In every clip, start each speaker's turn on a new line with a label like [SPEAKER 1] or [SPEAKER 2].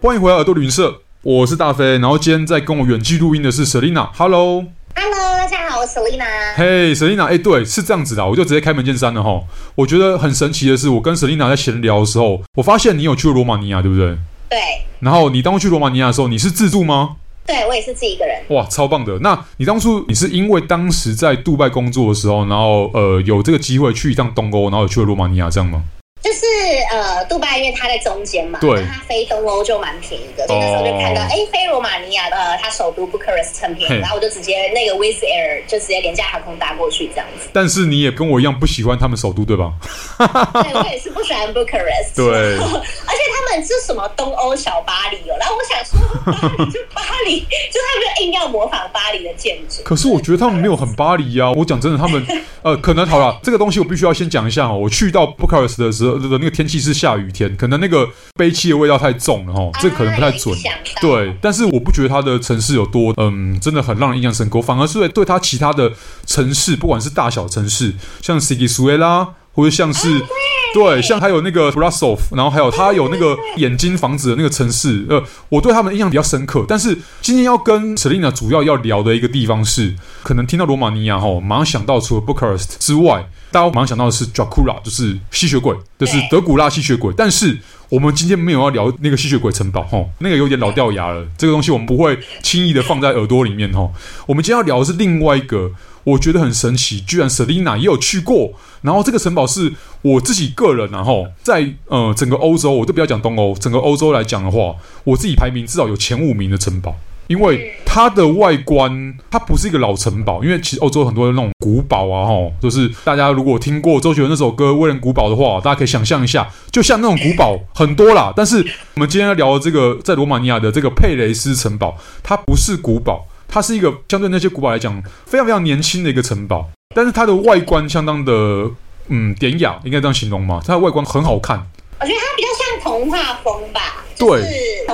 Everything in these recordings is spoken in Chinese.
[SPEAKER 1] 欢迎回来耳朵旅行社，我是大飞。然后今天在跟我远距录音的是 Selina，Hello，
[SPEAKER 2] Hello，大家好，我是 Selina。
[SPEAKER 1] 嘿，Selina，哎，对，是这样子的，我就直接开门见山了哈。我觉得很神奇的是，我跟 Selina 在闲聊的时候，我发现你有去过罗马尼亚，对不对？
[SPEAKER 2] 对，
[SPEAKER 1] 然后你当初去罗马尼亚的时候，你是自助吗？
[SPEAKER 2] 对我也是自己一个人。
[SPEAKER 1] 哇，超棒的！那你当初你是因为当时在杜拜工作的时候，然后呃有这个机会去一趟东欧，然后有去了罗马尼亚，这样吗？
[SPEAKER 2] 就是呃，杜拜因为它在中间嘛，
[SPEAKER 1] 对
[SPEAKER 2] 那它飞东欧就蛮便宜的，所以那时候就看到，
[SPEAKER 1] 哦
[SPEAKER 2] 哎、飞罗马尼亚，呃，它首都布克瑞斯很便
[SPEAKER 1] 嘿
[SPEAKER 2] 宜，然后我就直接那个 Wizz Air 就直接廉价航空搭过去这样 子。
[SPEAKER 1] 但是你也跟我一样不喜欢他们首都，对吧？
[SPEAKER 2] 对，我也是不喜欢 Bucharest。
[SPEAKER 1] 对
[SPEAKER 2] 而且他们是什么东欧小巴黎哦，然后我想说，巴黎就巴黎，就他们就硬要模仿巴黎的建筑。
[SPEAKER 1] 可是我觉得他们没有很巴黎啊！我讲真的，他们呃，可能好了，这个东西我必须要先讲一下哦。我去到布卡尔斯的时候的那个天气是下雨天，可能那个悲戚的味道太重了哦，这可能不太准
[SPEAKER 2] 啊有影响。到
[SPEAKER 1] 对，但是我不觉得它的城市有多嗯，真的很让人印象深刻，反而是对它其他的城市，不管是大小城市，像 s i g i s u e l a 或者像
[SPEAKER 2] 啊
[SPEAKER 1] 是。对，像还有那个 Brasov，然后还有他有那个眼睛房子的那个城市，呃，我对他们的印象比较深刻。但是今天要跟 Selina 主要要聊的一个地方是，可能听到罗马尼亚吼，马上想到除了 Bucharest 之外，大家马上想到的是 Dracula，就是吸血鬼，就是
[SPEAKER 2] 对
[SPEAKER 1] 德古拉吸血鬼。但是我们今天没有要聊那个吸血鬼城堡吼，那个有点老掉牙了，这个东西我们不会轻易的放在耳朵里面吼。我们今天要聊的是另外一个。我觉得很神奇，居然 Selina 也有去过。然后这个城堡是我自己个人、啊，然后在呃整个欧洲，我就不要讲东欧，整个欧洲来讲的话，我自己排名至少有前五名的城堡。因为它的外观，它不是一个老城堡，因为其实欧洲很多那种古堡啊，吼，就是大家如果听过周杰伦那首歌《威廉古堡》的话，大家可以想象一下，就像那种古堡很多啦。但是我们今天要聊的这个在罗马尼亚的这个佩雷斯城堡，它不是古堡，它是一个相对那些古堡来讲非常非常年轻的一个城堡，但是它的外观相当的嗯典雅，应该这样形容嘛，它的外观很好看
[SPEAKER 2] 我觉得它比较像童话风吧。就是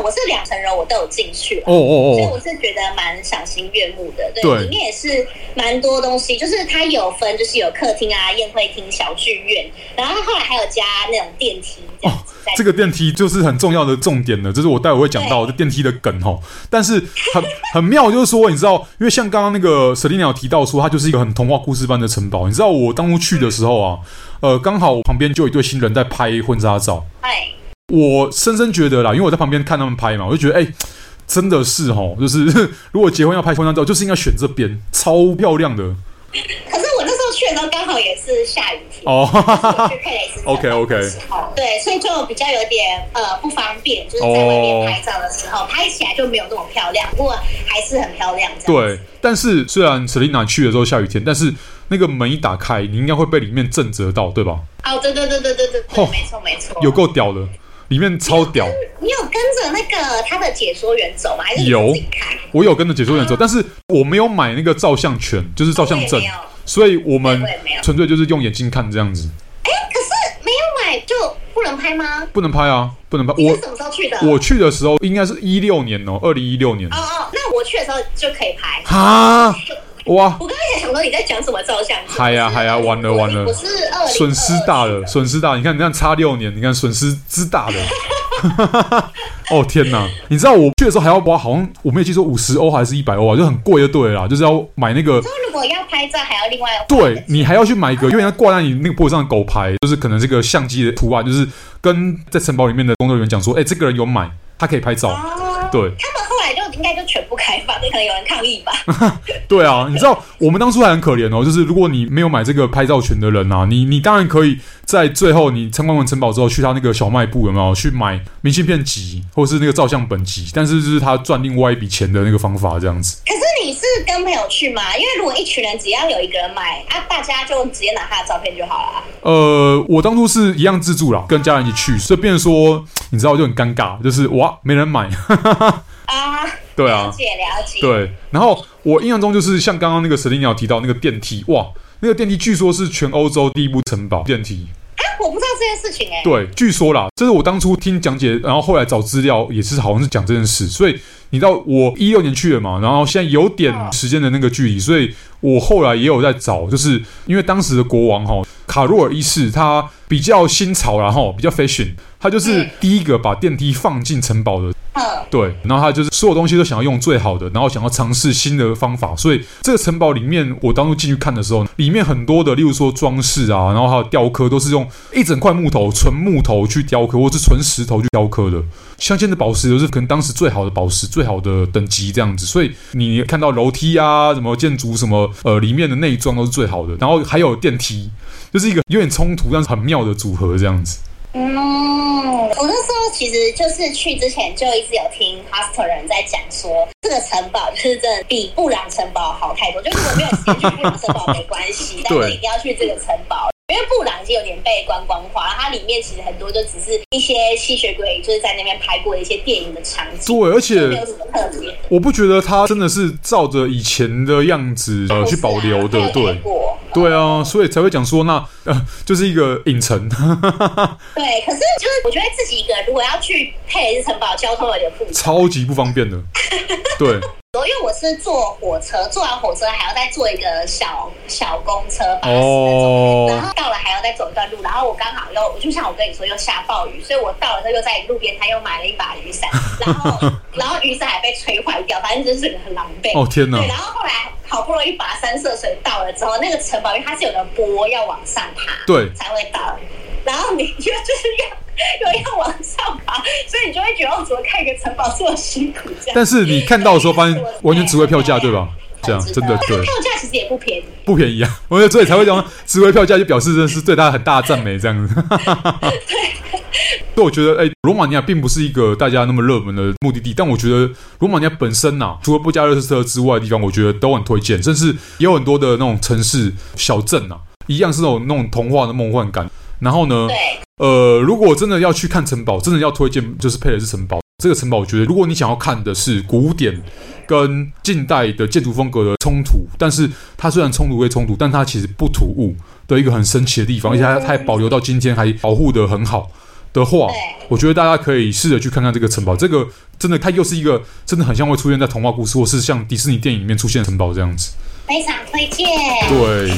[SPEAKER 2] 我是两层楼，我都有进去了。
[SPEAKER 1] 哦哦
[SPEAKER 2] 所以
[SPEAKER 1] 哦，
[SPEAKER 2] 我是觉得蛮赏心悦目的。对，
[SPEAKER 1] 对
[SPEAKER 2] 里面也是蛮多东西，就是它有分，就是有客厅啊、宴会厅、小剧院，然后它后来还有加那种电梯这样子在。
[SPEAKER 1] 哦这个电梯就是很重要的重点了，这是我待会会讲到的
[SPEAKER 2] 对
[SPEAKER 1] 电梯的梗吼。但是很很妙，就是说你知道，因为像刚刚那个 Selina 有提到说，它就是一个很童话故事般的城堡。你知道我当初去的时候啊，呃，刚好我旁边就有一对新人在拍婚纱照，
[SPEAKER 2] 哎，
[SPEAKER 1] 我深深觉得啦，因为我在旁边看他们拍嘛，我就觉得哎、真的是哦，就是 如果结婚要拍婚纱照，就是应该选这边，超漂亮的
[SPEAKER 2] 可是我那时候去的时候刚好也是下雨天。
[SPEAKER 1] 哦。 哈哈哈
[SPEAKER 2] 我
[SPEAKER 1] 哈
[SPEAKER 2] 去佩雷斯
[SPEAKER 1] OK OK，
[SPEAKER 2] 哦，对，所以就比较有点呃不方便，就是在外
[SPEAKER 1] 哦
[SPEAKER 2] 面拍照的时候、拍起来就没有那么漂亮，不过还是很漂亮。这样子
[SPEAKER 1] 对，但是虽然 Selina 去的时候下雨天，但是那个门一打开，你应该会被里面震折到，对吧？
[SPEAKER 2] 哦，对对对对对对对，
[SPEAKER 1] 哦
[SPEAKER 2] 没错没错，
[SPEAKER 1] 有够屌的，里面超屌。
[SPEAKER 2] 你有跟着那个他的解说员走吗？还是你
[SPEAKER 1] 有
[SPEAKER 2] 自己看？
[SPEAKER 1] 我有跟着解说员走，但是我没有买那个照相权，就是照相证
[SPEAKER 2] 嗯我也没有，
[SPEAKER 1] 所以我们
[SPEAKER 2] 我也没有
[SPEAKER 1] 纯粹就是用眼睛看这样子，
[SPEAKER 2] 哎可是没有买就不能拍吗？
[SPEAKER 1] 不能拍啊，不能拍。
[SPEAKER 2] 你
[SPEAKER 1] 我
[SPEAKER 2] 是什么时候去的？
[SPEAKER 1] 我去的时候应该是一六年哦，二零一六年
[SPEAKER 2] 哦。哦，那我去的时候就可以拍。
[SPEAKER 1] 哈哇，
[SPEAKER 2] 我刚才想说你在讲什么照相？
[SPEAKER 1] 嗨呀嗨呀完了完了
[SPEAKER 2] 我是二零
[SPEAKER 1] 损失大了，损失大！你看，你看差六年，你看损失之大的。 哦天哪！你知道我去的时候还要花，好像我没有记错，五十欧还是一百欧啊，就很贵就对了啦，就是要买那个
[SPEAKER 2] 你。说如果要拍照，还要另外
[SPEAKER 1] 对你还要去买一个，因为它挂在你那个脖子上的狗牌，就是可能这个相机的图案，就是跟在城堡里面的工作人员讲说，哎、这个人有买，他可以拍照。
[SPEAKER 2] 哦，
[SPEAKER 1] 对
[SPEAKER 2] 他们后来就应该就全部开放，可能有人抗议 吧？
[SPEAKER 1] 对啊，你知道我们当初还很可怜哦，就是如果你没有买这个拍照权的人啊，你你当然可以在最后你参观完城堡之后，去他那个小卖部有没有去买明信片集或是那个照相本集，但是就是他赚另外一笔钱的那个方法这样子。
[SPEAKER 2] 可是你是跟朋友去吗？因为如果一群人只要有一个人买啊，大家就直接拿他的照片就好了啊。
[SPEAKER 1] 呃，我当初是一样自助啦，跟家人一起去，所以变成说你知道就很尴尬，就是哇没人买，
[SPEAKER 2] 啊，
[SPEAKER 1] 对啊
[SPEAKER 2] 了解了解。
[SPEAKER 1] 对，然后我印象中就是像刚刚那个神灵鸟提到那个电梯，哇，那个电梯据说是全欧洲第一部城堡电梯。
[SPEAKER 2] 啊，我不知道这件事情哎、
[SPEAKER 1] 对，据说啦，这是我当初听讲解，然后后来找资料也是好像是讲这件事，所以你到我一六年去的嘛，然后现在有点时间的那个距离，所以我后来也有在找，就是因为当时的国王哈卡洛尔一世他比较新潮然后比较 fashion，他就是第一个把电梯放进城堡的，
[SPEAKER 2] 嗯，
[SPEAKER 1] 对，然后他就是所有东西都想要用最好的，然后想要尝试新的方法，所以这个城堡里面，我当初进去看的时候，里面很多的，例如说装饰啊，然后还有雕刻，都是用一整块木头，纯木头去雕刻，或是纯石头去雕刻的。镶嵌的宝石都是可能当时最好的宝石，最好的等级这样子，所以你看到楼梯啊，什么建筑什么，呃，里面的内装都是最好的，然后还有电梯，就是一个有点冲突但是很妙的组合这样子。
[SPEAKER 2] 嗯，我那时候其实就是去之前就一直有听 Hostel 人在讲说，这个城堡就是真的比布朗城堡好太多。就如果没有时间去布朗城堡没关 系，但是一定要去这个城堡。因为布朗已经有点被观光化，它里面其实很多就只是一些吸血鬼就是在那边拍过的一些电影的场景，
[SPEAKER 1] 对，而
[SPEAKER 2] 就没
[SPEAKER 1] 且
[SPEAKER 2] 有什么特别的。
[SPEAKER 1] 我不觉得它真的是照着以前的样子呃去保留
[SPEAKER 2] 没
[SPEAKER 1] 的，
[SPEAKER 2] 有
[SPEAKER 1] 对
[SPEAKER 2] 改。过
[SPEAKER 1] 对啊，所以才会讲说那呃，就是一个影城，
[SPEAKER 2] 对，可是就是我觉得自己一个人如果要去配这城堡，交通有点复杂。
[SPEAKER 1] 超级不方便的。对，
[SPEAKER 2] 因为我是坐火车，坐完火车还要再坐一个小小公车巴士那种。然
[SPEAKER 1] 哦，
[SPEAKER 2] 后到了还要再走一段路，然后我刚好又，就像我跟你说又下暴雨，所以我到了之后又在路边摊又买了一把雨伞，然 后然后雨伞还被吹坏掉，反正就是整个很狼狈。
[SPEAKER 1] 哦天哪
[SPEAKER 2] 对，然后后来好不容易跋山涉水到了之后，那个城堡因为它是有个坡要往上爬，
[SPEAKER 1] 对
[SPEAKER 2] 才会到，然后你就就是要又要往上爬，所以你就会觉得我哦怎么看一个城堡这么辛苦这样。
[SPEAKER 1] 但是你看到的时候发现完全只会票价，对吧？这样
[SPEAKER 2] 很值
[SPEAKER 1] 真
[SPEAKER 2] 得
[SPEAKER 1] 的
[SPEAKER 2] 但
[SPEAKER 1] 对
[SPEAKER 2] 是。啊票价其实也不便宜。
[SPEAKER 1] 不便宜啊， 我觉得所以才会讲职位票价，就表示真的是对他很大的赞美这样子。 所以我觉得，哎、罗马尼亚并不是一个大家那么热门的目的地，但我觉得罗马尼亚本身呐、啊除了布加勒斯特之外的地方，我觉得都很推荐，甚至也有很多的那种城市小镇呐、啊一样是那种那种童话的梦幻感。然后呢，
[SPEAKER 2] 对，
[SPEAKER 1] 呃，如果真的要去看城堡，真的要推荐就是佩雷斯城堡。这个城堡，我觉得如果你想要看的是古典跟近代的建筑风格的冲突，但是它虽然冲突归冲突，但它其实不突兀的一个很神奇的地方，而且它它还保留到今天，还保护的很好的话
[SPEAKER 2] 对，
[SPEAKER 1] 我觉得大家可以试着去看看这个城堡。这个真的，它又是一个真的很像会出现在童话故事或是像迪士尼电影里面出现的城堡这样子。
[SPEAKER 2] 非常推荐。
[SPEAKER 1] 对。